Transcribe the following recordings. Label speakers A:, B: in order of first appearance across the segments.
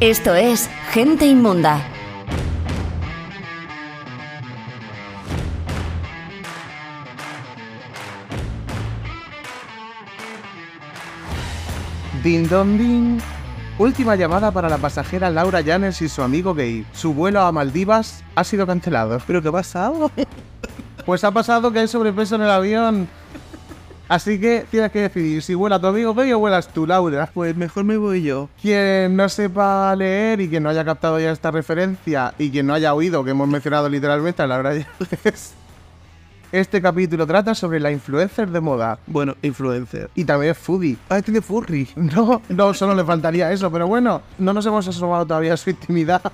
A: Esto es Gente Inmunda.
B: Din don din. Última llamada para la pasajera Laura Janes y su amigo gay. Su vuelo a Maldivas ha sido cancelado.
C: ¿Pero qué ha pasado?
B: Pues ha pasado que hay sobrepeso en el avión. Así que tienes que decidir si vuela tu amigo gay o vuelas tú, Laura.
C: Pues mejor me voy yo.
B: Quien no sepa leer y quien no haya captado ya esta referencia y quien no haya oído que hemos mencionado literalmente a Laura Llanes, este capítulo trata sobre la influencer de moda.
C: Bueno, influencer.
B: Y también foodie.
C: Ah, tiene furry.
B: No, no, solo le faltaría eso, pero bueno, no nos hemos asomado todavía a su intimidad.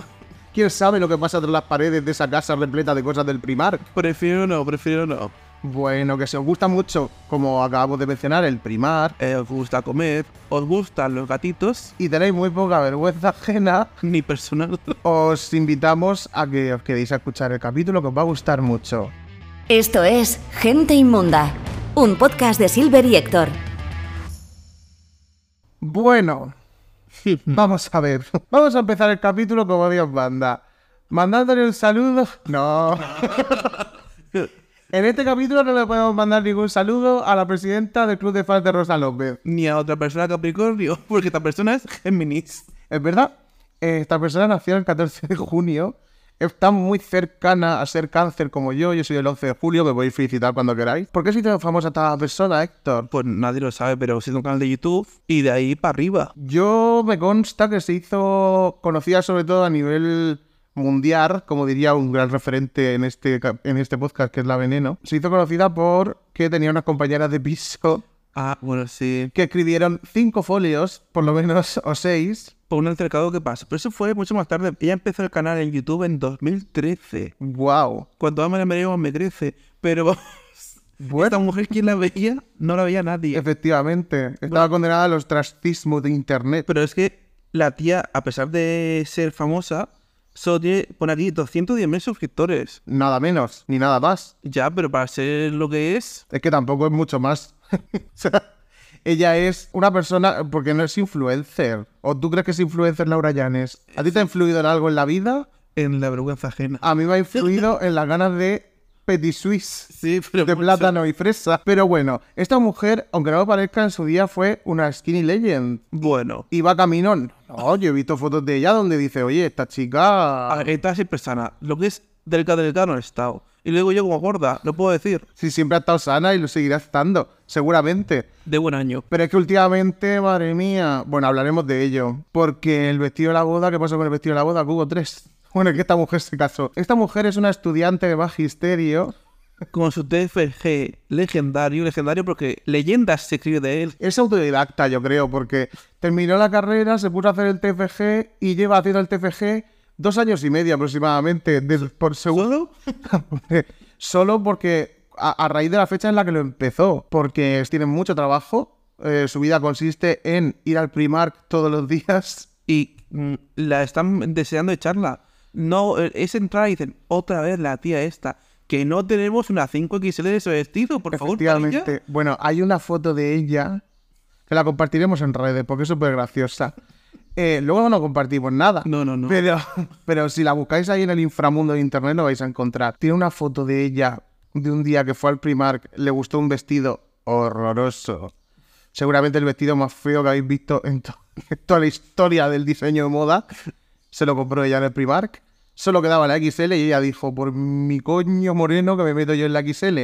B: ¿Quién sabe lo que pasa tras las paredes de esa casa repleta de cosas del primar?
C: Prefiero no, prefiero no.
B: Bueno, que se os gusta mucho, como acabamos de mencionar, el primar.
C: Eh, os gusta comer, os gustan los gatitos,
B: Y tenéis muy poca vergüenza ajena.
C: ni personal.
B: Os invitamos a que os quedéis a escuchar el capítulo que os va a gustar mucho.
A: Esto es Gente Inmunda, un podcast de Silver y Héctor.
B: Bueno, vamos a ver. Vamos a empezar el capítulo como Dios manda. Mandándole un saludo. No. En este capítulo no le podemos mandar ningún saludo a la presidenta del Club de Fans de Rosa López.
C: Ni a otra persona Capricornio, porque esta persona es Géminis.
B: Es verdad, eh, esta persona nació el 14 de junio. Está muy cercana a ser cáncer como yo. Yo soy el 11 de julio, me podéis felicitar cuando queráis. ¿Por qué se hizo famosa esta persona, Héctor?
C: Pues nadie lo sabe, pero existe un canal de YouTube y de ahí para arriba.
B: Yo me consta que se hizo conocida sobre todo a nivel mundial, como diría un gran referente en este, ca- en este podcast, que es La Veneno. Se hizo conocida porque tenía unas compañeras de piso
C: Ah, bueno, sí.
B: que escribieron cinco folios, por lo menos, o seis.
C: Por un altercado que pasa. Pero eso fue mucho más tarde. Ella empezó el canal en YouTube en 2013.
B: ¡Wow!
C: Cuanto más me la veo, más me crece. Pero vamos. Esta mujer, ¿quién la veía? No la veía nadie.
B: Efectivamente, estaba condenada al ostracismo de internet.
C: Pero es que la tía, a pesar de ser famosa, solo tiene, pone aquí 210.000 suscriptores.
B: Nada menos, ni nada más.
C: Ya, pero para ser lo que es,
B: Es que tampoco es mucho más. O sea, ella es una persona, porque no es influencer. ¿O tú crees que es influencer Laura Llanes? ¿A ti te ha influido en algo en la vida?
C: en la vergüenza ajena.
B: A mí me ha influido en las ganas de Petit Suisse.
C: sí, pero.
B: de
C: mucho.
B: plátano y fresa. Pero bueno, esta mujer, aunque no lo parezca, en su día fue una skinny legend.
C: Bueno,
B: Iba caminón. No, yo he visto fotos de ella donde dice, oye, esta chica...
C: a está siempre sana. Lo que es delgada, delgada no he estado. Y luego yo como gorda, lo puedo decir.
B: Si siempre ha estado sana y lo seguirá estando, seguramente.
C: De buen año.
B: Pero es que últimamente, madre mía, bueno, hablaremos de ello. Porque el vestido de la boda, ¿qué pasó con el vestido de la boda? Cubo 3. Bueno, es que esta mujer se casó. Esta mujer es una estudiante de magisterio.
C: Con su TFG legendario, legendario porque leyendas se escribe de él.
B: Es autodidacta, yo creo, porque terminó la carrera, se puso a hacer el TFG y lleva haciendo el TFG dos años y medio aproximadamente de- por segundo. Solo porque a, a raíz de la fecha en la que lo empezó, porque tienen mucho trabajo. eh, su vida consiste en ir al Primark todos los días.
C: Y mm, la están deseando echarla. No, eh, es entrar y dicen, otra vez la tía esta, que no tenemos una 5XL de ese vestido, por favor. para ella".
B: Efectivamente. Bueno, hay una foto de ella que la compartiremos en redes porque es súper graciosa. Eh, luego no compartimos nada.
C: No, no, no.
B: Pero, pero si la buscáis ahí en el inframundo de internet lo vais a encontrar. Tiene una foto de ella de un día que fue al Primark, le gustó un vestido horroroso. Seguramente el vestido más feo que habéis visto en, to- en toda la historia del diseño de moda. Se lo compró ella en el Primark. Solo quedaba la XL y ella dijo, por mi coño moreno que me meto yo en la XL.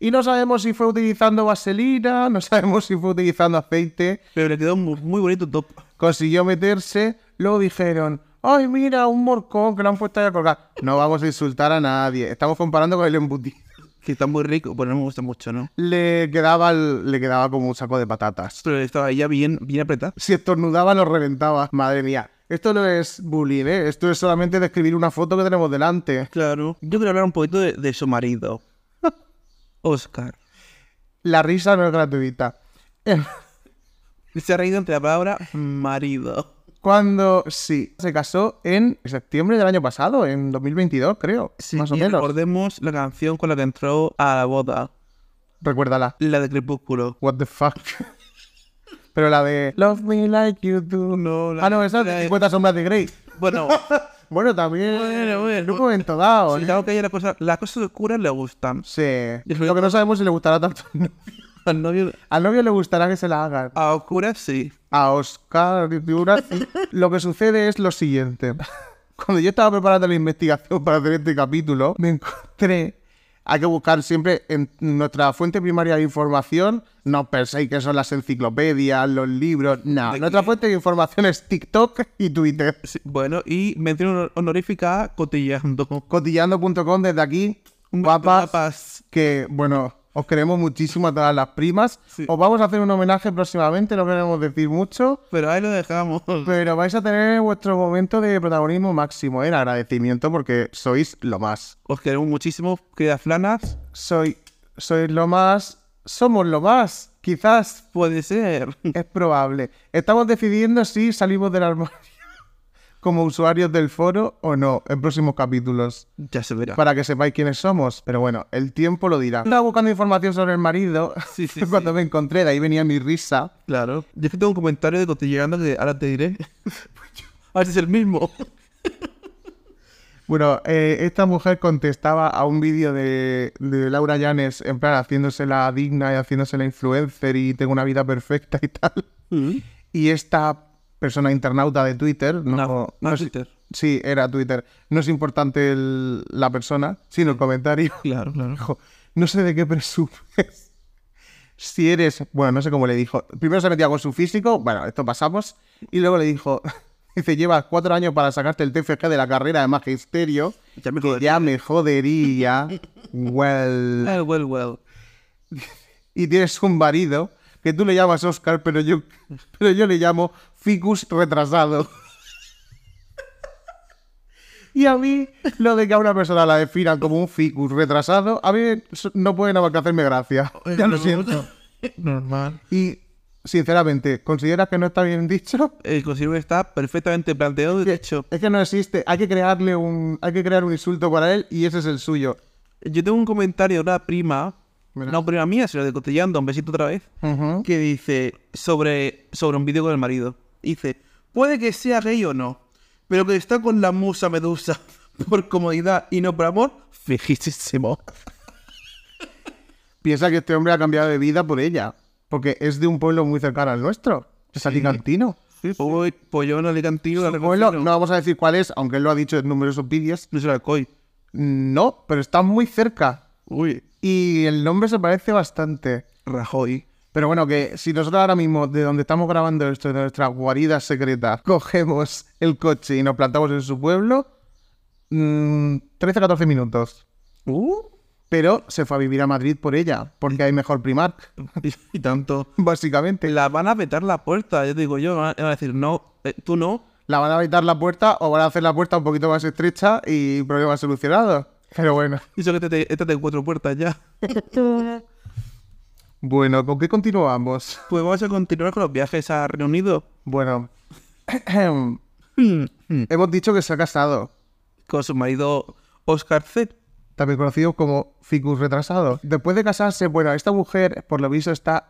B: Y no sabemos si fue utilizando vaselina, no sabemos si fue utilizando aceite
C: Pero le quedó mu- muy, bonito top.
B: consiguió meterse, luego dijeron, ay, mira, un morcón que lo han puesto ahí a colgar. No vamos a insultar a nadie, estamos comparando con el embutido.
C: Que está muy rico, pero no me gusta mucho, ¿no?
B: Le quedaba, el- le quedaba como un saco de patatas.
C: Pero estaba ella bien, bien apretada.
B: Si estornudaba, lo reventaba. Madre mía, esto no es bullying, ¿eh? Esto es solamente describir una foto que tenemos delante.
C: Claro. Yo quiero hablar un poquito de, de su marido. Oscar.
B: La risa no es gratuita. Eh,
C: Se ha reído entre la palabra marido.
B: Cuando sí, se casó en septiembre del año pasado, en 2022, creo. más o
C: y
B: menos.
C: Recordemos la canción con la que entró a la boda.
B: Recuérdala.
C: La de Crepúsculo.
B: What the fuck. Pero la de Love Me Like You Do.
C: No, la-
B: ah, no, esa es
C: la
B: de
C: de-
B: 50 sombras de Grey.
C: Bueno,
B: Bueno, también.
C: Bueno, bueno.
B: En un momento dado.
C: si
B: ¿no?
C: tengo que ir a la cosa, las cosas oscuras le gustan.
B: Sí. Lo que no sabemos es si le gustará tanto. al novio.
C: Al novio,
B: Al novio le gustará que se la hagan.
C: a oscuras sí.
B: a Oscar Duras. Lo que sucede es lo siguiente. Cuando yo estaba preparando la investigación para hacer este capítulo, me encontré. Hay que buscar siempre en nuestra fuente primaria de información. No penséis que son las enciclopedias, los libros, nada.
C: Aquí-
B: Nuestra fuente de información es TikTok y Twitter.
C: Sí, Bueno, y mención honor- honorífica a cotilleando.
B: Cotillando.com desde aquí.
C: Un
B: Guapas.
C: guapas.
B: Que, bueno, os queremos muchísimo a todas las primas.
C: Sí.
B: Os vamos a hacer un homenaje próximamente, no queremos decir mucho.
C: Pero ahí lo dejamos.
B: Pero vais a tener vuestro momento de protagonismo máximo, ¿eh? en agradecimiento, porque sois lo más.
C: Os queremos muchísimo, queridas flanas.
B: Soy, sois lo más, somos lo más, quizás,
C: Puede ser.
B: es probable. Estamos decidiendo si salimos del armario como usuarios del foro o no en próximos capítulos,
C: Ya se verá.
B: para que sepáis quiénes somos. Pero bueno, el tiempo lo dirá. Estaba buscando información sobre el marido
C: Sí, sí,
B: cuando me encontré, de ahí venía mi risa.
C: Claro. Yo es que tengo un comentario de cotilleando que ahora te diré. A ver si es el mismo.
B: Bueno, eh, esta mujer contestaba a un vídeo de, de Laura Llanes, en plan, haciéndose la digna y haciéndose la influencer y tengo una vida perfecta y tal. Y esta persona internauta de Twitter, no,
C: Una-
B: no
C: una
B: es-
C: Twitter.
B: Sí, era Twitter. No es importante el- la persona, sino el comentario.
C: Claro, claro.
B: Dijo, no sé de qué presumes. Si eres, bueno, no sé cómo le dijo. Primero se metía con su físico, bueno, esto pasamos. Y luego le dijo, dice, llevas cuatro años para sacarte el TFG de la carrera de magisterio.
C: Ya me
B: que
C: jodería.
B: ya me jodería. well.
C: Ah, Well, well, well.
B: Y tienes un marido que tú le llamas Oscar, pero yo, pero yo le llamo Ficus retrasado. Y a mí, lo de que a una persona la definan como un ficus retrasado, a mí so- no puede nada más que hacerme gracia. Ya lo siento.
C: Normal.
B: Y, sinceramente, ¿consideras que no está bien dicho?
C: El consigo está perfectamente planteado y de hecho.
B: Es que no existe. Hay que crearle un. Hay que crear un insulto para él y ese es el suyo.
C: Yo tengo un comentario de una prima,
B: Mira.
C: no prima mía, sino de Cotillando, un besito otra vez,
B: Ujú.
C: que dice sobre, sobre un vídeo con el marido. Dice, puede que sea gay o no, pero que está con la musa medusa por comodidad y no por amor, fijísimo.
B: Piensa que este hombre ha cambiado de vida por ella. Porque es de un pueblo muy cercano al nuestro. Es alicantino.
C: Uy, pollón alicantino,
B: Su pueblo, no vamos a decir cuál es, aunque él lo ha dicho en numerosos vídeos.
C: no será el coi.
B: No, pero está muy cerca.
C: Uy,
B: Y el nombre se parece bastante.
C: Rajoy.
B: Pero bueno, que si nosotros ahora mismo, de donde estamos grabando esto, de nuestra guarida secreta, cogemos el coche y nos plantamos en su pueblo, mm, 13 14 minutos.
C: Uh,
B: Pero se fue a vivir a Madrid por ella, porque hay mejor Primark,
C: y, y tanto.
B: básicamente.
C: La van a petar la puerta, yo te digo yo, van a van a decir, no, eh, tú no.
B: La van a evitar la puerta o van a hacer la puerta un poquito más estrecha y problema solucionado. Pero bueno.
C: Y eso que te, te, esta te cuatro puertas ya.
B: Bueno, ¿con qué continuamos?
C: Pues vamos a continuar con los viajes a Reino Unido.
B: Bueno. Hemos dicho que se ha casado,
C: con su marido Oscar C.
B: también conocido como Ficus retrasado. Después de casarse, bueno, esta mujer por lo visto está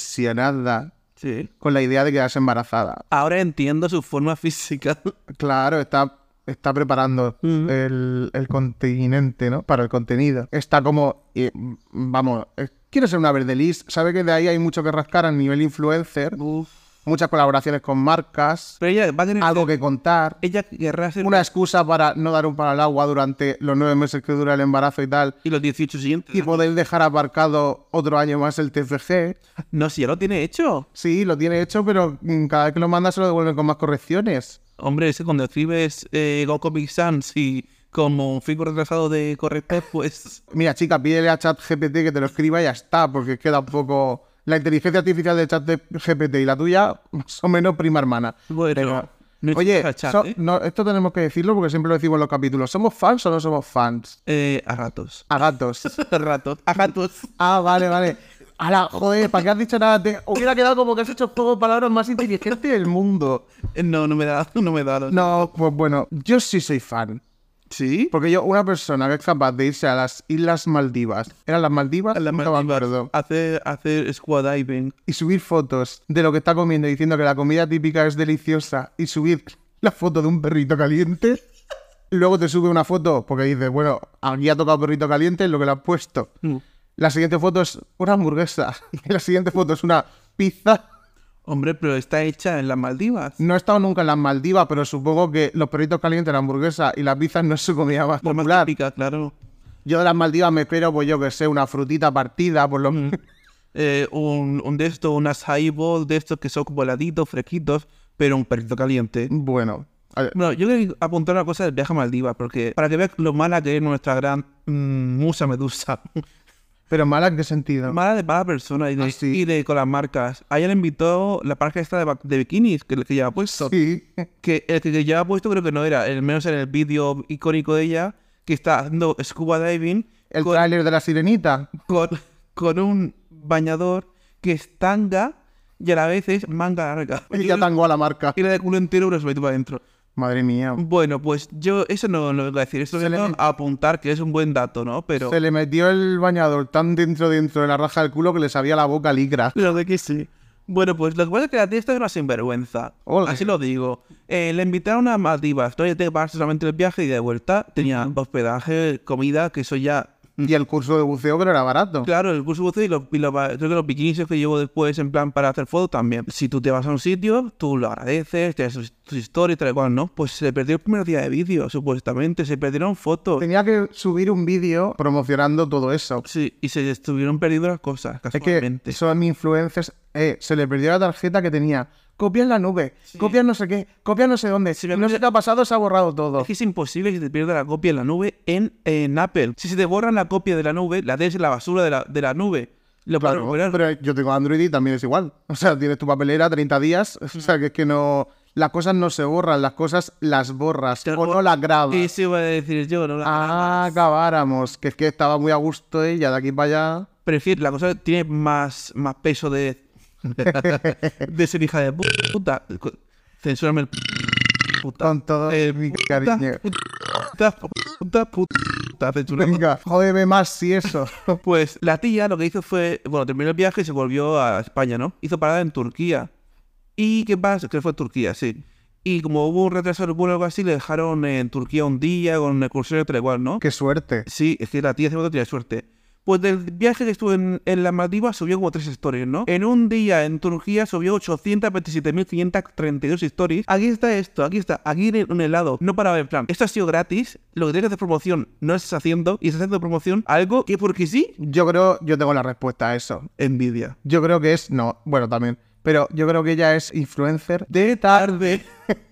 B: obsesionada
C: Sí.
B: con la idea de quedarse embarazada.
C: Ahora entiendo su forma física.
B: Claro, está, está preparando el, el continente, ¿no? Para el contenido. Está como, eh, vamos, eh, quiero ser una verde lis. Sabe que de ahí hay mucho que rascar a nivel influencer, muchas colaboraciones con marcas,
C: Pero ella va a tener.
B: algo que contar,
C: Ella querrá ser.
B: una excusa para no dar un palo al agua durante los nueve meses que dura el embarazo y tal,
C: Y los 18 siguientes.
B: y poder dejar aparcado otro año más el TFG.
C: No, si ya lo tiene hecho.
B: Sí, lo tiene hecho, pero mm, cada vez que lo manda se lo devuelven con más correcciones.
C: Hombre, es que cuando escribes eh, Go Comic Sans y como un fico retrasado de corrector, pues.
B: Mira, chica, pídele a ChatGPT que te lo escriba y ya está, porque queda un poco. La inteligencia artificial de ChatGPT y la tuya, más o menos prima hermana.
C: Bueno,
B: Pero-
C: no es
B: Oye,
C: chica chat,
B: so-
C: ¿eh?
B: no, esto tenemos que decirlo porque siempre lo decimos en los capítulos. ¿Somos fans o no somos fans?
C: eh, a ratos.
B: A gatos.
C: A ratos. A ratos.
B: Ah, vale, vale. Ala, joder, ¿para qué has dicho nada? Te- Hubiera quedado como que has hecho el juego de palabras más inteligente del mundo.
C: Eh, No, no me da. No me da.
B: No, pues bueno, yo sí soy fan.
C: ¿Sí?
B: Porque yo, una persona que es capaz de irse a las Islas Maldivas, eran las Maldivas,
C: A las
B: Nunca me
C: Maldivas,
B: acuerdo,
C: hacer, hacer squad diving.
B: y subir fotos de lo que está comiendo diciendo que la comida típica es deliciosa y subir la foto de un perrito caliente. Luego te sube una foto porque dices, bueno, aquí ha tocado perrito caliente, lo que le has puesto.
C: Mm.
B: La siguiente foto es una hamburguesa. Y la siguiente foto es una pizza.
C: Hombre, pero está hecha en las Maldivas.
B: No he estado nunca en las Maldivas, pero supongo que los perritos calientes, la hamburguesa y las pizzas no es su comida más
C: La más
B: popular.
C: típica, claro.
B: Yo de las Maldivas me espero, pues yo que sé, una frutita partida, por lo
C: Mm.
B: menos.
C: Eh, un, un de estos, unas highball de estos que son voladitos, fresquitos, pero un perrito caliente.
B: Bueno, a ver,
C: Bueno, yo quiero apuntar una cosa del viaje a Maldivas, porque para que veas lo mala que es nuestra gran mm, musa medusa.
B: pero mala en qué sentido.
C: mala de mala persona y de,
B: Ah, sí.
C: y de- con las marcas. Ayer le invitó la marca esta de, ba- de bikinis que, que lleva puesto.
B: Sí.
C: Que el que lleva puesto creo que no era, al menos en el vídeo icónico de ella, que está haciendo scuba diving
B: El
C: con-
B: tráiler de la sirenita.
C: con, con un bañador que es tanga y a la vez es manga larga.
B: Y ya tangó a la marca.
C: Y la de culo entero lo sometí para adentro.
B: Madre mía.
C: Bueno, pues yo eso no lo vengo a decir, esto
B: Se le-
C: vengo a apuntar que es un buen dato, ¿no? Pero
B: Se le metió el bañador tan dentro dentro de la raja del culo que le sabía la boca licra.
C: lo de que sí. Bueno, pues lo que pasa es que la tía está una sinvergüenza.
B: Ole.
C: Así lo digo. Eh, le invitaron a Maldivas, ¿no? Yo tengo que pagar solamente el viaje y de vuelta tenía hospedaje, comida, que eso ya...
B: Y el curso de buceo que no era barato.
C: Mm. Claro, el curso buceo y, los, y los ba- creo que los bikinis que llevo después en plan para hacer fotos también. Si tú te vas a un sitio, tú lo agradeces, tienes tus- tus historias, tal y cual, ¿no? Pues se perdió el primer día de vídeo, supuestamente, se perdieron fotos.
B: Tenía que subir un vídeo promocionando todo eso.
C: Sí, y se estuvieron perdiendo las cosas,
B: Es que
C: casualmente.
B: son influencers. Eh, se le perdió la tarjeta que tenía. Copia en la nube, copia en no sé qué, copia en no sé dónde.
C: Sí, me
B: no
C: acuerdo-
B: sé qué ha pasado, se ha borrado todo.
C: Es que es imposible que se te pierda la copia en la nube en, en Apple. Si se te borran la copia de la nube, la des en la basura de la, de la nube. Lo puedes
B: Claro,
C: recuperar.
B: pero yo tengo Android y también es igual. O sea, tienes tu papelera 30 días. O sea, que es que no. Las cosas no se borran, las cosas las borras
C: Te-
B: o no las grabas.
C: Eso iba a decir yo, ¿no? La-
B: Ah, acabáramos. Que es que estaba muy a gusto ella de aquí para allá.
C: Prefiero, la cosa tiene más, más peso de. de ser hija de pu- puta. Censúrame el. p- Puta.
B: Con todo
C: Eh,
B: mi
C: puta,
B: cariño.
C: Puta, puta, puta, puta, censúrame.
B: Venga, jódeme más si eso.
C: Pues la tía lo que hizo fue, bueno, terminó el viaje y se volvió a España, ¿no? Hizo parada en Turquía. ¿Y qué pasa? Que fue a Turquía, sí. Y como hubo un retraso del vuelo o algo así, le dejaron en Turquía un día con una excursión de tal y cual, ¿no?
B: Qué suerte.
C: Sí, es que la tía seguro tenía suerte. Pues del viaje que estuvo en, en las Maldivas subió como tres stories, ¿no? En un día en Turquía subió 827.532 stories. Aquí está esto, aquí está, aquí en un helado. No para ver, en plan, esto ha sido gratis, lo que tienes que hacer promoción no lo estás haciendo, y estás haciendo promoción a algo que porque sí
B: Yo creo, yo tengo la respuesta a eso.
C: Envidia.
B: Yo creo que es, no, bueno, también. Pero yo creo que ella es influencer de tarde.
C: Arde.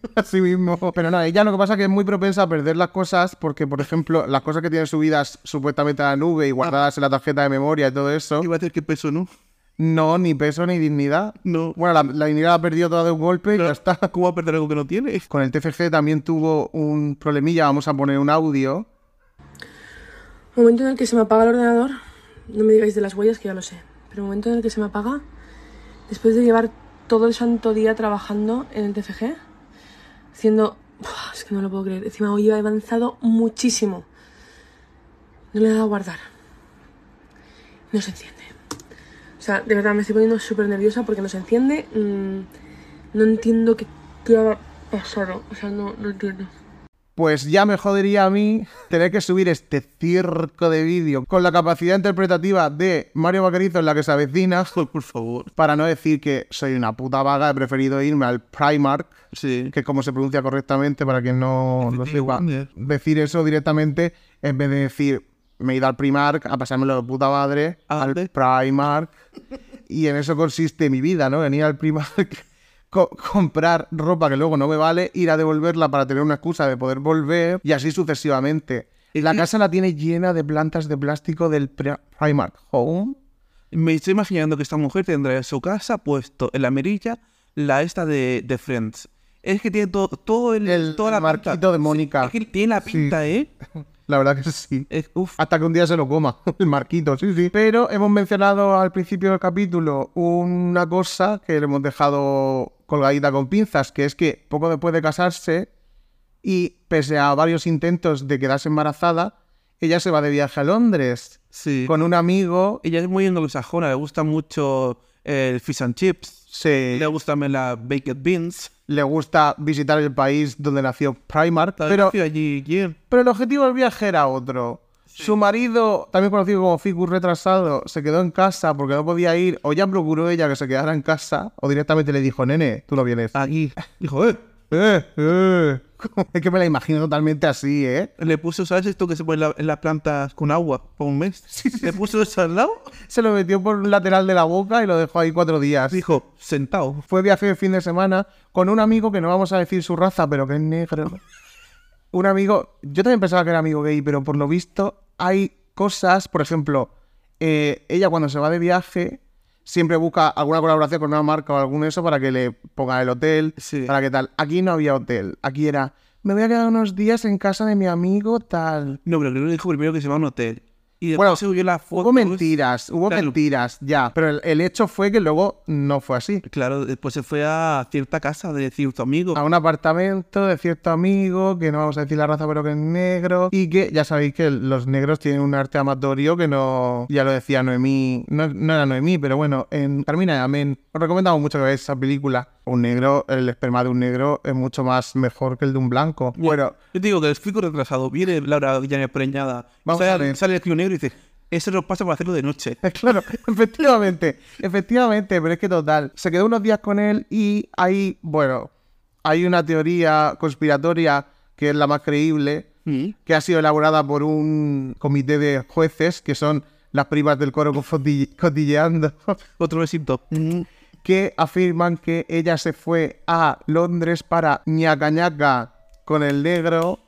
B: Así mismo. Pero nada, ella lo que pasa es que es muy propensa a perder las cosas porque, por ejemplo, las cosas que tiene subidas supuestamente a la nube y guardadas en la tarjeta de memoria y todo eso,
C: Iba a decir que peso, ¿no?
B: no, ni peso ni dignidad.
C: No.
B: Bueno, la, la dignidad la perdió toda de un golpe y ya está.
C: ¿Cómo va a perder algo que no tiene?
B: Con el TFG también tuvo un problemilla, vamos a poner un audio.
D: Momento en el que se me apaga el ordenador, no me digáis de las huellas que ya lo sé, pero momento en el que se me apaga, después de llevar todo el santo día trabajando en el TFG, haciendo... Buah, Es que no lo puedo creer, encima hoy he avanzado muchísimo. No le he dado a guardar. No se enciende. O sea, de verdad me estoy poniendo súper nerviosa porque no se enciende. mm, no entiendo qué, qué ha pasado, o sea, no, no entiendo.
B: Pues ya me jodería a mí tener que subir este circo de vídeo con la capacidad interpretativa de Mario Vaquerizo en la que se avecina.
C: Joder, por favor.
B: Para no decir que soy una puta vaga, he preferido irme al Primark,
C: Sí.
B: que es como se pronuncia correctamente para quien no lo sepa.
C: Efectivamente.
B: Decir eso directamente en vez de decir me he ido al Primark a pasármelo de puta madre,
C: ¿A
B: al
C: dónde?
B: Primark. Y en eso consiste mi vida, ¿no? Venir al Primark, co- comprar ropa que luego no me vale, ir a devolverla para tener una excusa de poder volver y así sucesivamente.
C: Es
B: La
C: que-
B: casa la tiene llena de plantas de plástico del Pri- Primark Home.
C: Me estoy imaginando que esta mujer tendrá en su casa puesto en la merilla la esta de, de Friends. Es que tiene todo, todo el,
B: El
C: toda la
B: marquito
C: pinta.
B: de Mónica.
C: Es que tiene la
B: Sí. Ah,
C: pinta, ¿eh?
B: La verdad que sí.
C: Es- uf.
B: Hasta que un día se lo coma, el marquito, sí, sí. Pero hemos mencionado al principio del capítulo una cosa que le hemos dejado colgadita con pinzas, que es que poco después de casarse, Y pese a varios intentos de quedarse embarazada, ella se va de viaje a Londres
C: Sí.
B: con un amigo.
C: Ella es muy anglosajona, le gusta mucho el fish and chips,
B: Se
C: le gustan las baked beans.
B: le gusta visitar el país donde nació Primark,
C: Tal
B: pero,
C: vez allí, allí.
B: pero el objetivo del viaje era otro. Su marido, también conocido como Ficus retrasado, se quedó en casa porque no podía ir, o ya procuró ella que se quedara en casa, o directamente le dijo, nene, tú no vienes.
C: Aquí. Dijo, eh.
B: Eh, eh. Es que me la imagino totalmente así, ¿eh?
C: Le puso, ¿sabes esto que se pone en, la- en las plantas con agua por un mes? Le puso eso al lado.
B: Se lo metió por un lateral de la boca y lo dejó ahí cuatro días.
C: Dijo, sentado.
B: Fue viaje de fin de semana con un amigo que no vamos a decir su raza, pero que es negro. Un amigo, yo también pensaba que era amigo gay, pero por lo visto hay cosas, por ejemplo, eh, ella cuando se va de viaje siempre busca alguna colaboración con una marca o algún eso para que le pongan el hotel,
C: Sí.
B: para que tal. Aquí no había hotel, aquí era, me voy a quedar unos días en casa de mi amigo tal.
C: No, pero creo que dijo primero que se va a un hotel. Y después
B: Bueno,
C: se subió la foto.
B: Hubo mentiras, hubo
C: Claro.
B: mentiras, ya. Pero el, el hecho fue que luego no fue así.
C: Claro, después se fue a cierta casa de cierto amigo.
B: a un apartamento de cierto amigo, que no vamos a decir la raza, pero que es negro, y que ya sabéis que los negros tienen un arte amatorio que no, ya lo decía Noemí, no, no era Noemí, pero bueno, en Carmina y Amén, os recomendamos mucho que veáis esa película. Un negro, el esperma de un negro es mucho más mejor que el de un blanco. Bueno,
C: Yo te digo que el fico retrasado. Viene Laura Villanueva preñada.
B: Vamos
C: sale,
B: a ver.
C: sale el tío negro y dice, eso nos pasa para hacerlo de noche.
B: Claro, efectivamente, efectivamente, pero es que total, se quedó unos días con él y ahí, bueno, hay una teoría conspiratoria que es la más creíble,
C: Mm.
B: que ha sido elaborada por un comité de jueces, que son las primas del coro cofotill- cotilleando,
C: Otro besito. Mm,
B: que afirman que ella se fue a Londres para ñaca ñaca con el negro,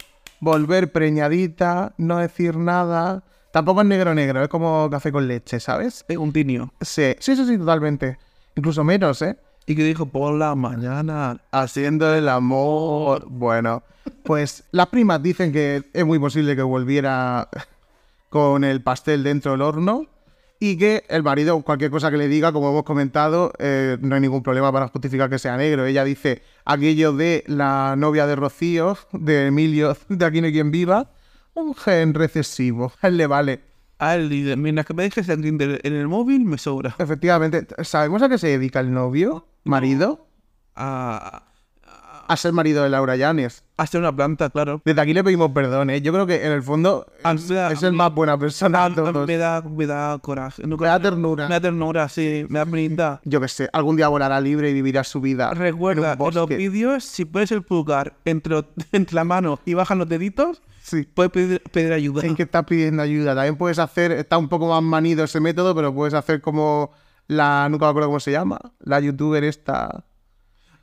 B: volver preñadita, no decir nada. Tampoco es negro negro, es como café con leche, ¿sabes?
C: Eh, un tinio.
B: Sí, sí, sí, sí, totalmente. Incluso menos, ¿eh?
C: Y que dijo, por la mañana.
B: Haciendo el amor. Bueno, pues las primas dicen que es muy posible que volviera con el pastel dentro del horno y que el marido, cualquier cosa que le diga, como hemos comentado, eh, no hay ningún problema para justificar que sea negro. Ella dice aquello de la novia de Rocío, de Emilio, de Aquí no hay quien viva, un gen recesivo. A él le vale.
C: Al y de- mientras que me dejes el Grindr en el móvil, me sobra.
B: Efectivamente, ¿sabemos a qué se dedica el novio? ¿Marido?
C: A,
B: a ser marido de Laura Llanes.
C: a ser una planta, claro.
B: Desde aquí le pedimos perdón, ¿eh? Yo creo que en el fondo
C: A mí
B: es,
C: me da-
B: es el más buena persona
C: A-
B: de
C: a-
B: todos.
C: Ah, me, da, me da coraje. No,
B: Me da
C: coraje,
B: ternura.
C: Me da ternura, sí. Me da brinda.
B: Yo que sé, algún día volará libre y vivirá su vida. en
C: Recuerda, en,
B: un
C: los
B: bosque.
C: vídeos, si pones el pulgar entre, lo- entre la mano y bajan los deditos,
B: Sí.
C: puedes pedir, pedir ayuda.
B: En que estás pidiendo ayuda. También puedes hacer, está un poco más manido ese método, pero puedes hacer como la, nunca me acuerdo cómo se llama, la youtuber esta.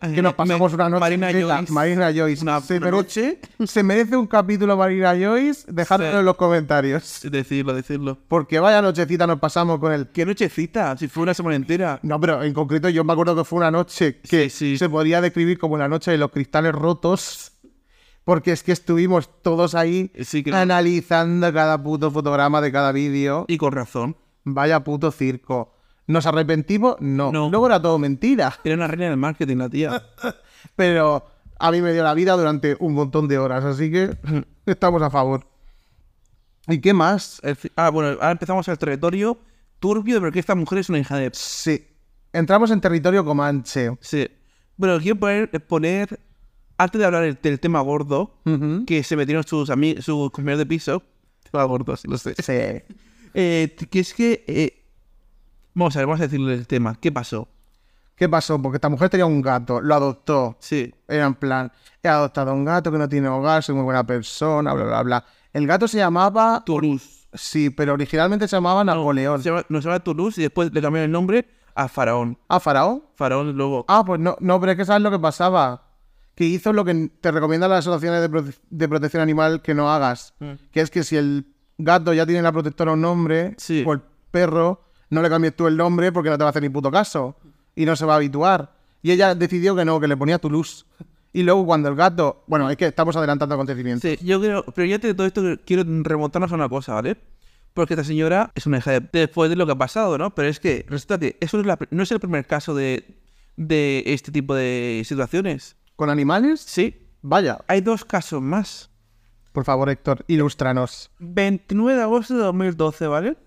C: Eh,
B: Que nos pasamos
C: me-
B: una noche.
C: Marina
B: entera.
C: Joyce.
B: Marina Joyce.
C: Una
B: se,
C: una
B: merece,
C: noche.
B: se merece un capítulo Marina Joyce. Dejadlo
C: Sí.
B: en los comentarios.
C: Decirlo, decirlo.
B: Porque vaya nochecita nos pasamos con el
C: Qué nochecita, si fue una semana entera.
B: No, pero en concreto yo me acuerdo que fue una noche que
C: Sí, sí.
B: se podría describir como la noche de los cristales rotos, porque es que estuvimos todos ahí
C: Sí, que no.
B: analizando cada puto fotograma de cada vídeo.
C: Y con razón.
B: Vaya puto circo. ¿Nos arrepentimos? No.
C: No.
B: Luego era todo mentira,
C: Era una reina del marketing, la tía.
B: pero a mí me dio la vida durante un montón de horas, así que estamos a favor. ¿Y qué más?
C: El fi- ah, bueno, ahora empezamos el territorio turbio de por qué esta mujer es una hija de... ps-
B: Sí. Entramos en territorio comanche.
C: Sí. Bueno, quiero poner, eh, poner antes de hablar el- del tema gordo,
B: Ujú.
C: que se metieron sus, ami- sus compañeros de piso, tema gordo, sí, lo sé,
B: Sí.
C: Eh, t- que es que... eh, vamos a ver, vamos a decirle el tema. ¿Qué pasó?
B: ¿Qué pasó? Porque esta mujer tenía un gato, lo adoptó.
C: Sí.
B: Era en plan, he adoptado a un gato que no tiene hogar, soy muy buena persona, bla, bla, bla. El gato se llamaba...
C: Toulouse.
B: Sí, pero originalmente se llamaba Napoleón.
C: Se llama, no, se llama Toulouse y después le cambiaron el nombre a Faraón.
B: ¿Ah, Faraón?
C: Faraón luego...
B: Ah, pues no, no, pero es que sabes lo que pasaba. Que hizo lo que te recomiendan las asociaciones de, prote- de protección animal que no hagas.
C: Mm.
B: Que es que si el gato ya tiene la protectora un nombre,
C: Sí.
B: o el perro, no le cambies tú el nombre porque no te va a hacer ni puto caso. Y no se va a habituar. Y ella decidió que no, que le ponía Toulouse. Y luego cuando el gato... Bueno, es que estamos adelantando acontecimientos.
C: Sí, yo creo, pero yo antes de todo esto quiero remontarnos a una cosa, ¿vale? Porque esta señora es una hija de... Después de lo que ha pasado, ¿no? Pero es que, resulta que eso es la pr- no es el primer caso de, de este tipo de situaciones.
B: ¿Con animales?
C: Sí,
B: Vaya,
C: Hay dos casos más.
B: por favor, Héctor, ilústranos.
C: 29 de agosto de 2012, ¿vale?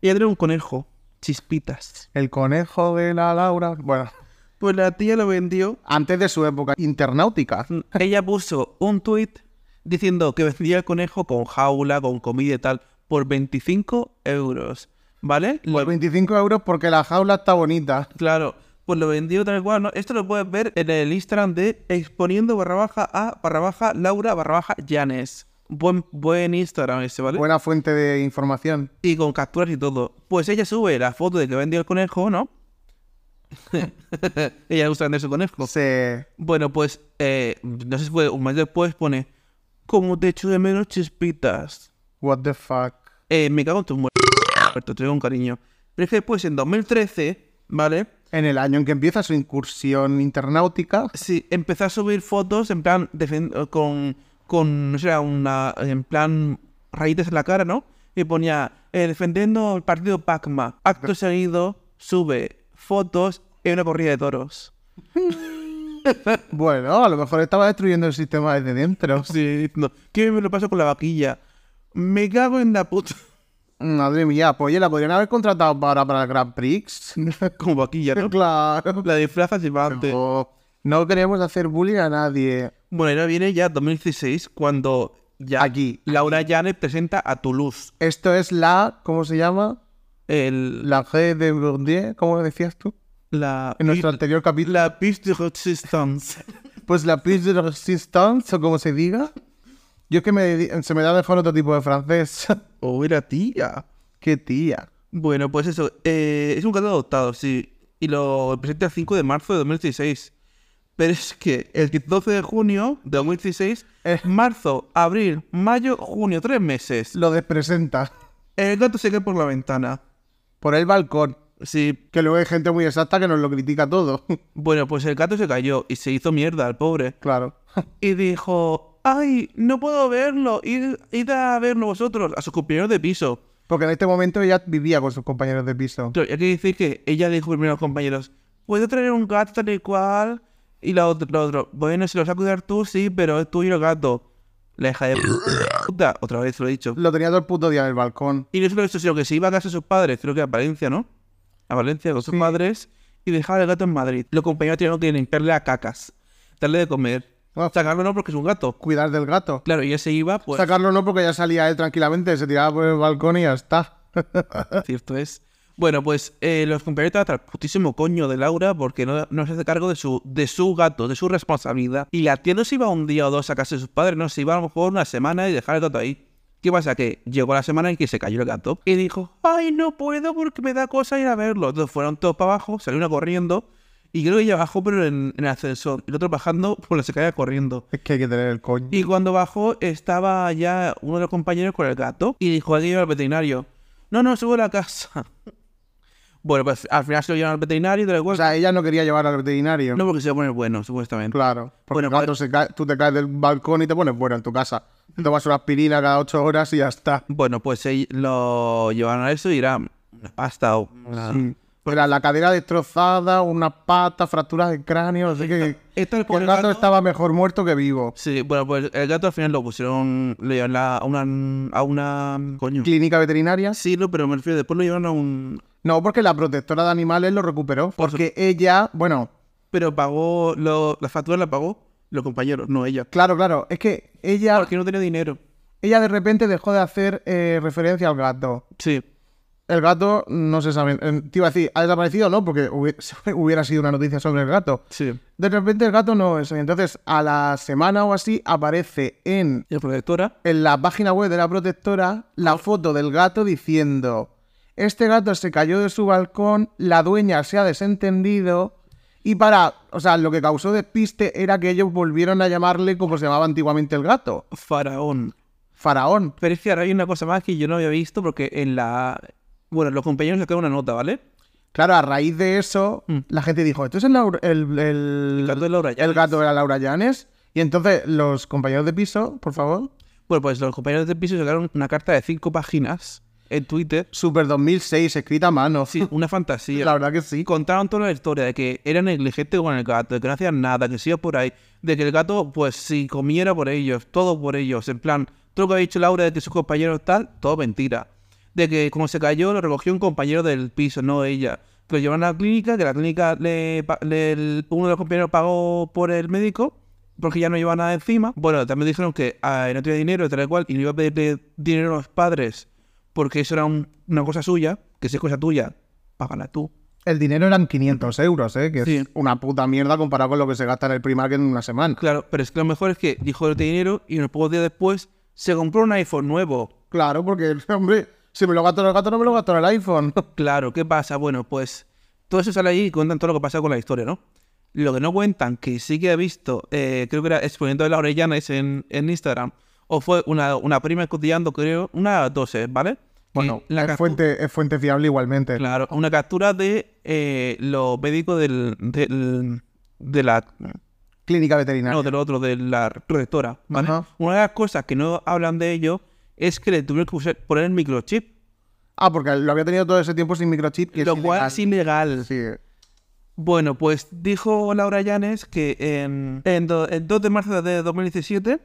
C: Ella tenía un conejo, chispitas.
B: El conejo de la Laura. Bueno,
C: Pues la tía lo vendió.
B: antes de su época
C: Mm.
B: internautica.
C: Ella puso un tuit diciendo que vendía el conejo con jaula, con comida y tal, por 25 euros, ¿vale?
B: Los 25 Pues euros porque la jaula está bonita.
C: Claro, pues lo vendió tal cual, ¿no? Esto lo puedes ver en el Instagram de exponiendo barra baja a barra baja Laura barra baja Llanes. Buen, buen Instagram ese, ¿vale?
B: Buena fuente de información.
C: Y con capturas y todo. Pues ella sube la foto de que vendió el conejo, ¿no? ella le gusta vender su conejo.
B: Se...
C: Bueno, pues, eh, no sé si fue un mes después, pone, como te echo de menos chispitas.
B: What the fuck.
C: Eh, me cago en tus muertos, te tengo un cariño. Pero es que después, en 2013, ¿vale?
B: En el año en que empieza su incursión internautica,
C: Sí, empecé a subir fotos en plan defen- con, con, no sé, una, en plan raíces en la cara, ¿no? Y ponía, eh, defendiendo el partido Pacma. Acto seguido, sube fotos en una corrida de toros.
B: bueno, a lo mejor estaba destruyendo el sistema desde dentro.
C: Sí, diciendo, ¿qué me lo paso con la vaquilla? Me cago en la puta.
B: Madre mía, pues oye, la podrían haber contratado para, para el Grand Prix.
C: con vaquilla, ¿no?
B: claro.
C: La disfrazas y va antes.
B: No, no queremos hacer bullying a nadie.
C: Bueno, ahora viene ya 2016, cuando ya
B: Aquí.
C: Laura Llanes presenta a Toulouse.
B: Esto es la, ¿cómo se llama?
C: El,
B: La G de Bourdieu, ¿cómo decías tú?
C: la,
B: En nuestro anterior capítulo.
C: La piste de resistance.
B: Pues la Piste de Resistance, o como se diga. Yo es que me dedi- se me da mejor otro tipo de francés.
C: O era tía.
B: Qué tía.
C: Bueno, pues eso. eh, es un gato adoptado, sí. Y lo presenta el 5 de marzo de 2016. Pero es que el 12 de junio de 2016
B: Eh.
C: es marzo, abril, mayo, junio, tres meses.
B: Lo despresenta.
C: El gato se cae por la ventana.
B: Por el balcón.
C: Sí.
B: Que luego hay gente muy exacta que nos lo critica todo.
C: Bueno, pues el gato se cayó y se hizo mierda, el pobre.
B: claro.
C: Y dijo, ay, no puedo verlo. Id, id a verlo vosotros, a sus compañeros de piso.
B: Porque en este momento ella vivía con sus compañeros de piso.
C: Claro, y hay que decir que ella dijo primero a los compañeros, ¿puedo traer un gato tal y cual? Y la otra, lo otro, bueno, si lo vas a cuidar tú, sí, pero es tuyo el gato. La hija de puta, otra vez lo he dicho.
B: Lo tenía todo el puto día en el balcón.
C: Y no solo eso, sino que se iba a casa de sus padres, creo que a Valencia, ¿no? A Valencia con sus padres y dejaba el gato en Madrid. Los compañeros tenían que limpiarle a cacas, darle de comer,
B: Ah.
C: sacarlo no porque es un gato.
B: Cuidar del gato.
C: Claro, y ella se iba, pues,
B: Sacarlo no porque ya salía él tranquilamente, se tiraba por el balcón y ya está.
C: cierto es. Bueno, pues eh, los compañeros estaban hasta el putísimo coño de Laura porque no, no se hace cargo de su, de su gato, de su responsabilidad. Y la tía no se iba un día o dos a casa de sus padres, no, se iba a lo mejor una semana y dejar el gato ahí. ¿Qué pasa? Que llegó la semana en que se cayó el gato y dijo, ay, no puedo porque me da cosa ir a verlo. Entonces fueron todos para abajo, salió una corriendo y creo que ella bajó pero en, en el ascensor. El otro bajando por la escalera corriendo.
B: Es que hay que tener el coño.
C: Y cuando bajó, estaba ya uno de los compañeros con el gato y dijo: Hay que ir al veterinario. No, no, subo a la casa. bueno, pues al final se lo llevan al veterinario de la
B: O sea, ella no quería llevar al veterinario.
C: No, porque se va a poner bueno, supuestamente.
B: Claro. Porque
C: Bueno, pues-
B: cuando se cae- tú te caes del balcón y te pones bueno en tu casa. Te tomas una aspirina cada ocho horas y ya está.
C: Bueno, pues se lo llevaron a eso y era una pasta o una-
B: Pues Era la cadera destrozada, unas patas, fracturas de cráneo, así que...
C: Esto
B: que
C: es por
B: el
C: el
B: gato
C: gato.
B: estaba mejor muerto que vivo.
C: Sí, bueno, pues el gato al final lo pusieron. Lo llevaron a una. A una coño.
B: ¿Clínica veterinaria?
C: Sí, no, pero me refiero, después lo llevaron a un.
B: No, porque la protectora de animales lo recuperó.
C: Por
B: Porque ella, bueno,
C: Pero pagó. Lo, la factura la pagó los compañeros, no ella.
B: claro, claro, es que ella,
C: Porque no tenía dinero.
B: ella de repente dejó de hacer eh, referencia al gato.
C: Sí.
B: El gato no se sabe. eh, Te iba a decir, ¿ha desaparecido o no? Porque hubi- hubiera sido una noticia sobre el gato.
C: Sí.
B: De repente el gato no es. Entonces, a la semana o así aparece en,
C: Y la protectora.
B: en la página web de la protectora la foto del gato diciendo: Este gato se cayó de su balcón, la dueña se ha desentendido. Y para, o sea, lo que causó despiste era que ellos volvieron a llamarle como se llamaba antiguamente el gato,
C: Faraón.
B: faraón.
C: Pero es que ahora hay una cosa más que yo no había visto porque en la... Bueno, los compañeros le quedan una nota, ¿vale?
B: Claro, a raíz de eso,
C: Mm.
B: la gente dijo, esto es el, Laura- el, el-
C: El gato de Laura Llanes".
B: el gato de la Laura Llanes. Y entonces los compañeros de piso, por favor,
C: Bueno, pues los compañeros del piso sacaron una carta de cinco páginas en Twitter.
B: Super 2006, escrita a mano.
C: Sí, eh. una fantasía.
B: La verdad que sí.
C: Contaron toda la historia de que era negligente con el gato, de que no hacía nada, que se iba por ahí, de que el gato, pues, si comiera por ellos, todo por ellos, en plan, todo lo que ha dicho Laura de que sus compañeros tal, todo mentira. De que como se cayó, lo recogió un compañero del piso, no ella. Que lo llevaron a la clínica, que la clínica, le, pa- le- el- uno de los compañeros pagó por el médico, porque ya no llevaba nada encima. Bueno, también dijeron que ah, no tenía dinero, tal y cual, y no iba a pedirle dinero a los padres, porque eso era un- una cosa suya, que si es cosa tuya, págala tú.
B: El dinero eran 500 euros, ¿eh? Que
C: Sí.
B: es una puta mierda comparado con lo que se gasta en el Primark en una semana.
C: Claro, pero es que lo mejor es que dijo el dinero y unos pocos días después se compró un iPhone nuevo.
B: Claro, porque, hombre, si me lo gasto en el gato, no me lo gasto en el iPhone.
C: Claro, ¿qué pasa? Bueno, pues todo eso sale ahí y cuentan todo lo que pasa con la historia, ¿no? Lo que no cuentan, que sí que he visto, eh, creo que era exponiendo de la orellana es en, en Instagram, o fue una, una prima escotillando, creo, una 12, ¿vale?
B: Bueno,
C: Que la
B: es,
C: captu-
B: fuente, es fuente fiable igualmente.
C: Claro, una captura de eh, los médicos del, del- de la
B: Clínica veterinaria.
C: no, del otro, de la rectora, ¿vale?
B: Ah. Ajá.
C: Una de las cosas que no hablan de ello es que le tuvieron que usar- poner el microchip,
B: Ah, porque lo había tenido todo ese tiempo sin microchip. que es
C: lo cual
B: ilegal.
C: es ilegal.
B: Sí.
C: Bueno, pues dijo Laura Llanes que en, en do- el 2 de marzo de 2017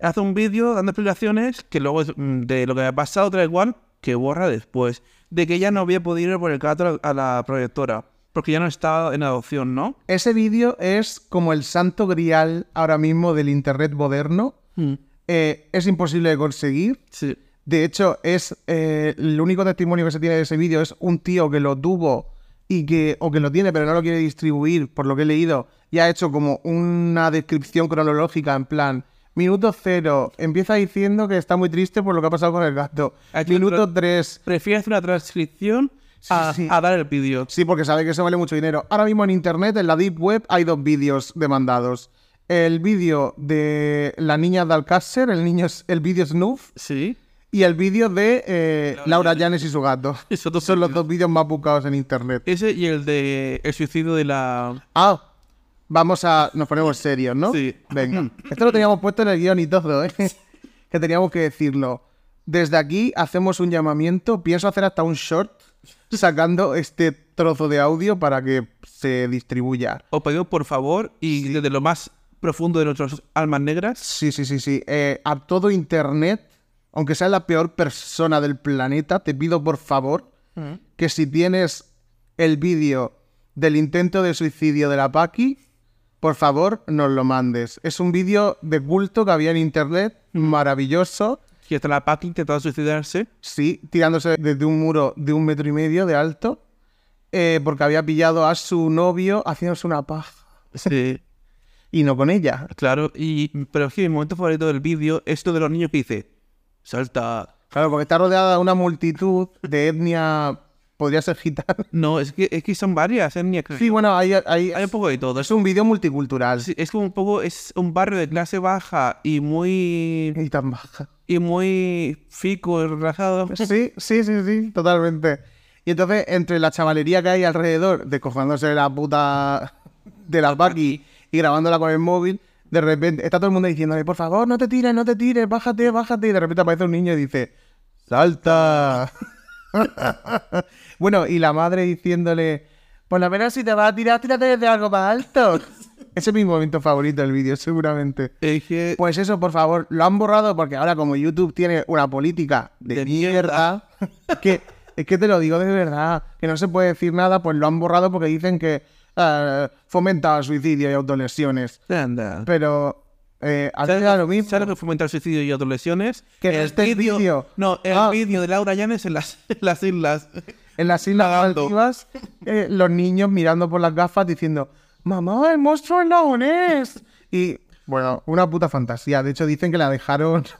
C: hace un vídeo dando explicaciones que luego es, mm, de lo que ha pasado tal igual que borra después, de que ella no había podido ir por el gato a la proyectora, porque ya no estaba en adopción, ¿no?
B: Ese vídeo es como el santo grial ahora mismo del Internet moderno.
C: Mm.
B: Eh, es imposible de conseguir.
C: Sí.
B: De hecho, es eh, el único testimonio que se tiene de ese vídeo es un tío que lo tuvo y que, o que lo tiene, pero no lo quiere distribuir, por lo que he leído, y ha hecho como una descripción cronológica en plan. Minuto cero, empieza diciendo que está muy triste por lo que ha pasado con el gato.
C: Ha hecho
B: Minuto
C: otro-
B: tres,
C: Prefiere hacer una transcripción a,
B: Sí, sí.
C: a dar el vídeo.
B: Sí, porque sabe que eso vale mucho dinero. Ahora mismo en internet, en la Deep Web, hay dos vídeos demandados. El vídeo de la niña de Alcácer, el, niño, el vídeo Snoof,
C: Sí.
B: y el vídeo de eh, Laura Llanes y su gato.
C: Esos dos
B: Son los dos vídeos más buscados en internet.
C: Ese y el de el suicidio de la...
B: Ah, vamos a... Nos ponemos serios, ¿no?
C: Sí.
B: Venga. Esto lo teníamos puesto en el guión y todo, ¿eh? que teníamos que decirlo. Desde aquí hacemos un llamamiento. Pienso hacer hasta un short sacando este trozo de audio para que se distribuya.
C: Os pedimos por favor y desde lo más profundo de nuestras almas negras.
B: Sí, sí, sí, sí. Eh, a todo internet, aunque seas la peor persona del planeta, te pido por favor que si tienes el vídeo del intento de suicidio de la Paki, por favor nos lo mandes. Es un vídeo de culto que había en internet, maravilloso.
C: que está la Paki intentando suicidarse.
B: Sí, tirándose desde un muro de un metro y medio de alto, eh, porque había pillado a su novio haciéndose una paja.
C: Sí,
B: Y no con ella.
C: claro. Y, pero es que mi momento favorito del vídeo es lo de los niños que dice: Salta.
B: Claro, porque está rodeada de una multitud de etnia, podría ser gitana.
C: No, es que, es que son varias etnias. creo.
B: Sí, bueno, ahí, ahí-
C: Hay un poco de todo.
B: es
C: Es,
B: un vídeo multicultural
C: sí, es como un poco. Es un barrio de clase baja y muy.
B: y tan baja.
C: Y muy fico y relajado.
B: Sí, sí, sí, sí, totalmente. Y entonces, entre la chavalería que hay alrededor, descojándose la puta de las Bucky y grabándola con el móvil, de repente está todo el mundo diciéndole, por favor, no te tires, no te tires, bájate, bájate. Y de repente aparece un niño y dice, ¡salta! bueno, y la madre diciéndole, por lo menos si te vas a tirar, tírate desde algo más alto. Ese es mi momento favorito del vídeo, seguramente.
C: Es que.
B: Pues eso, por favor, lo han borrado porque ahora como YouTube tiene una política de,
C: De
B: mierda, que es que te lo digo de verdad, que no se puede decir nada, pues lo han borrado porque dicen que eh, fomenta suicidio y autolesiones.
C: Anda.
B: Pero eh, antes era lo mismo.
C: ¿Sabes lo que fomenta el suicidio y otras lesiones?
B: Que
C: el
B: este vídeo.
C: No, el
B: Ah.
C: vídeo de Laura Llanes en las, en las islas.
B: En las Islas
C: Nadando.
B: Maldivas, eh, los niños mirando por las gafas diciendo, mamá, el monstruo es lagonés. Y bueno, una puta fantasía. De hecho, dicen que la dejaron...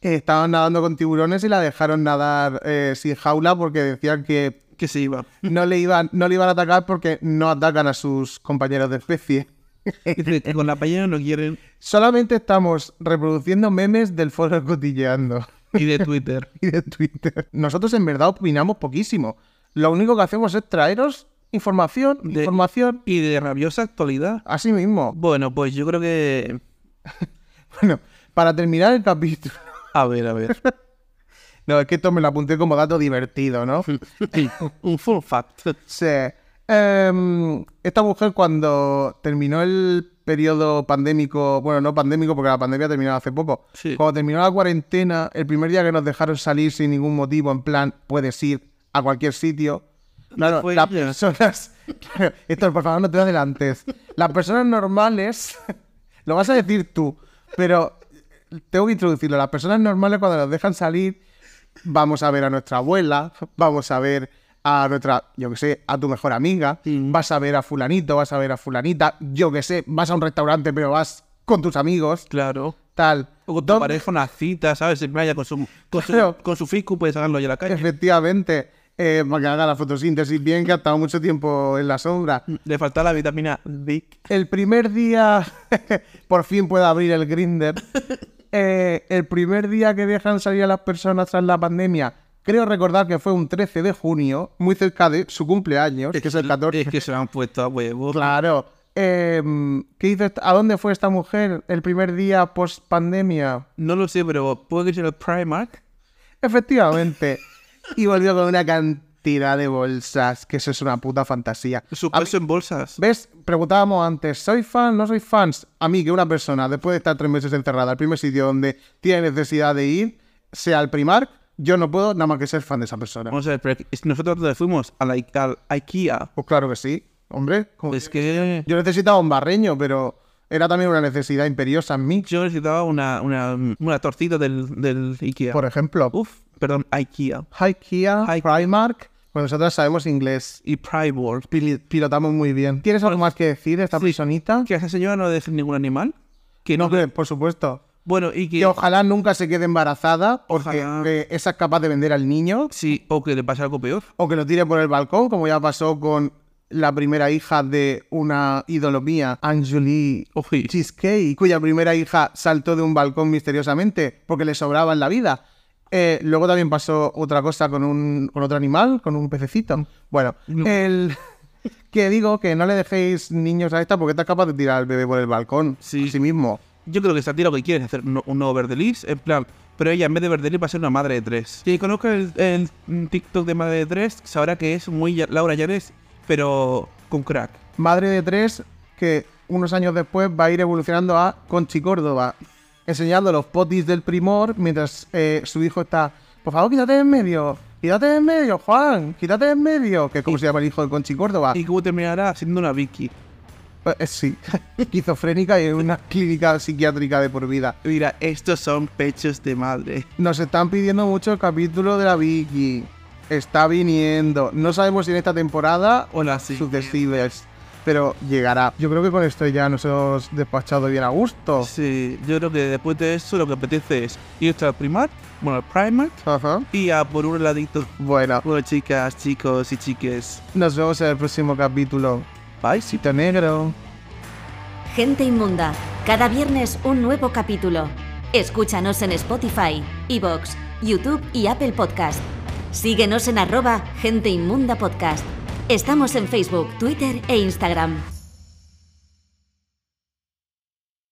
B: que estaban nadando con tiburones y la dejaron nadar eh, sin jaula porque decían que
C: Que se iba.
B: no le, iban, no le iban a atacar porque no atacan a sus compañeros de especie.
C: Dice que con la paella no quieren.
B: Solamente estamos reproduciendo memes del foro cotilleando.
C: Y de Twitter.
B: y de Twitter. Nosotros en verdad opinamos poquísimo. Lo único que hacemos es traeros información,
C: De-
B: información,
C: Y de rabiosa actualidad.
B: así mismo.
C: Bueno, pues yo creo que.
B: Bueno, para terminar el capítulo,
C: A ver, a ver.
B: No, es que esto me lo apunté como dato divertido, ¿no?
C: Un full fact.
B: Sí. Em, esta mujer cuando terminó el periodo pandémico, bueno, no pandémico porque la pandemia ha terminado hace poco,
C: Sí.
B: cuando terminó la cuarentena, el primer día que nos dejaron salir sin ningún motivo, en plan, puedes ir a cualquier sitio. Claro,
C: Fue
B: las
C: ella.
B: personas... Esto, por favor, no te adelantes. Las personas normales, lo vas a decir tú, pero tengo que introducirlo. Las personas normales cuando nos dejan salir, vamos a ver a nuestra abuela, vamos a ver a nuestra, yo que sé, a tu mejor amiga, vas a ver a fulanito, vas a ver a fulanita, yo que sé, vas a un restaurante pero vas con tus amigos,
C: Claro.
B: tal.
C: O con tu
B: ¿Dónde-
C: pareja una cita, ¿sabes? En playa con su, con su,
B: Claro.
C: con su fisco puedes sacarlo allá a la calle.
B: Efectivamente, eh, para que haga la fotosíntesis bien, que ha estado mucho tiempo en la sombra.
C: Le falta la vitamina D.
B: El primer día, por fin puedo abrir el grinder. el primer día que dejan salir a las personas tras la pandemia, creo recordar que fue un 13 de junio, muy cerca de su cumpleaños, que es el 14.
C: Es que se lo han puesto a huevo.
B: Claro. Eh, ¿qué hizo esta- ¿A dónde fue esta mujer el primer día post pandemia?
C: No lo sé, pero puede que sea el Primark.
B: Efectivamente. Y volvió con una cantidad de bolsas, que eso es una puta fantasía.
C: Su
B: A mí-
C: peso en bolsas.
B: ¿Ves? Preguntábamos antes, ¿soy fan? ¿No soy fans? A mí que una persona, después de estar tres meses encerrada, el primer sitio donde tiene necesidad de ir, sea el Primark, yo no puedo nada más que ser fan de esa persona.
C: Vamos a ver, pero es- nosotros donde fuimos a la I- al IKEA.
B: Pues claro que sí, hombre. como-
C: Pues que
B: Yo necesitaba un barreño, pero era también una necesidad imperiosa en mí,
C: yo necesitaba una, una, una tortita del, del IKEA.
B: por ejemplo.
C: Uf, perdón, IKEA.
B: IKEA,
C: Hi-
B: Primark. Pues nosotros sabemos inglés.
C: Y Primark.
B: Pili- Pilotamos muy bien. ¿Tienes algo más que decir de esta personita?
C: Pues Que a esa señora no deje ningún animal. Que no.
B: Hombre, por supuesto.
C: Bueno, y que.
B: Y ojalá nunca se quede embarazada porque
C: Ojalá.
B: eh, esa es capaz de vender al niño
C: Sí, o que le pase algo peor.
B: o que lo tire por el balcón, como ya pasó con la primera hija de una ídolo mía, Anjuli
C: Oji.
B: Cheesecake, cuya primera hija saltó de un balcón misteriosamente porque le sobraba en la vida. Eh, luego también pasó otra cosa con, un, con otro animal, con un pececito. Bueno,
C: No.
B: el... que digo que no le dejéis niños a esta porque esta es capaz de tirar al bebé por el balcón
C: Sí.
B: a sí mismo.
C: Yo creo que está tira lo que quiere es hacer un, un nuevo Verdelis, en plan. Pero ella, en vez de Verdelis, va a ser una madre de tres. Quien conozca el, el, mm, TikTok de madre de tres sabrá que es muy Ya- Laura Llanes, pero con crack.
B: Madre de tres que unos años después va a ir evolucionando a Conchi Córdoba, enseñando los potis del primor mientras eh, su hijo está, por favor, quítate de en medio, quítate de en medio, Juan, quítate de en medio, que es como se llama el hijo de Conchi Córdoba.
C: Y cómo terminará siendo una Vicky.
B: Eh, eh, sí, esquizofrénica y en una clínica psiquiátrica de por vida.
C: Mira, estos son pechos de madre.
B: Nos están pidiendo mucho el capítulo de la Vicky. Está viniendo. No sabemos si en esta temporada o
C: Hola, sí.
B: sucesivas, pero llegará. Yo creo que con esto ya nos hemos despachado bien a gusto.
C: Sí, yo creo que después de eso lo que apetece es ir al Primark, bueno, al Primark,
B: Ajá.
C: y a por un heladito.
B: Bueno,
C: Bueno, chicas, chicos y chiques,
B: nos vemos en el próximo capítulo.
C: bye, sí.
B: Sito negro.
A: Gente Inmunda. Cada viernes un nuevo capítulo. Escúchanos en Spotify, Evox, YouTube y Apple Podcast. Síguenos en arroba Gente Inmunda Podcast. Estamos en Facebook, Twitter e Instagram.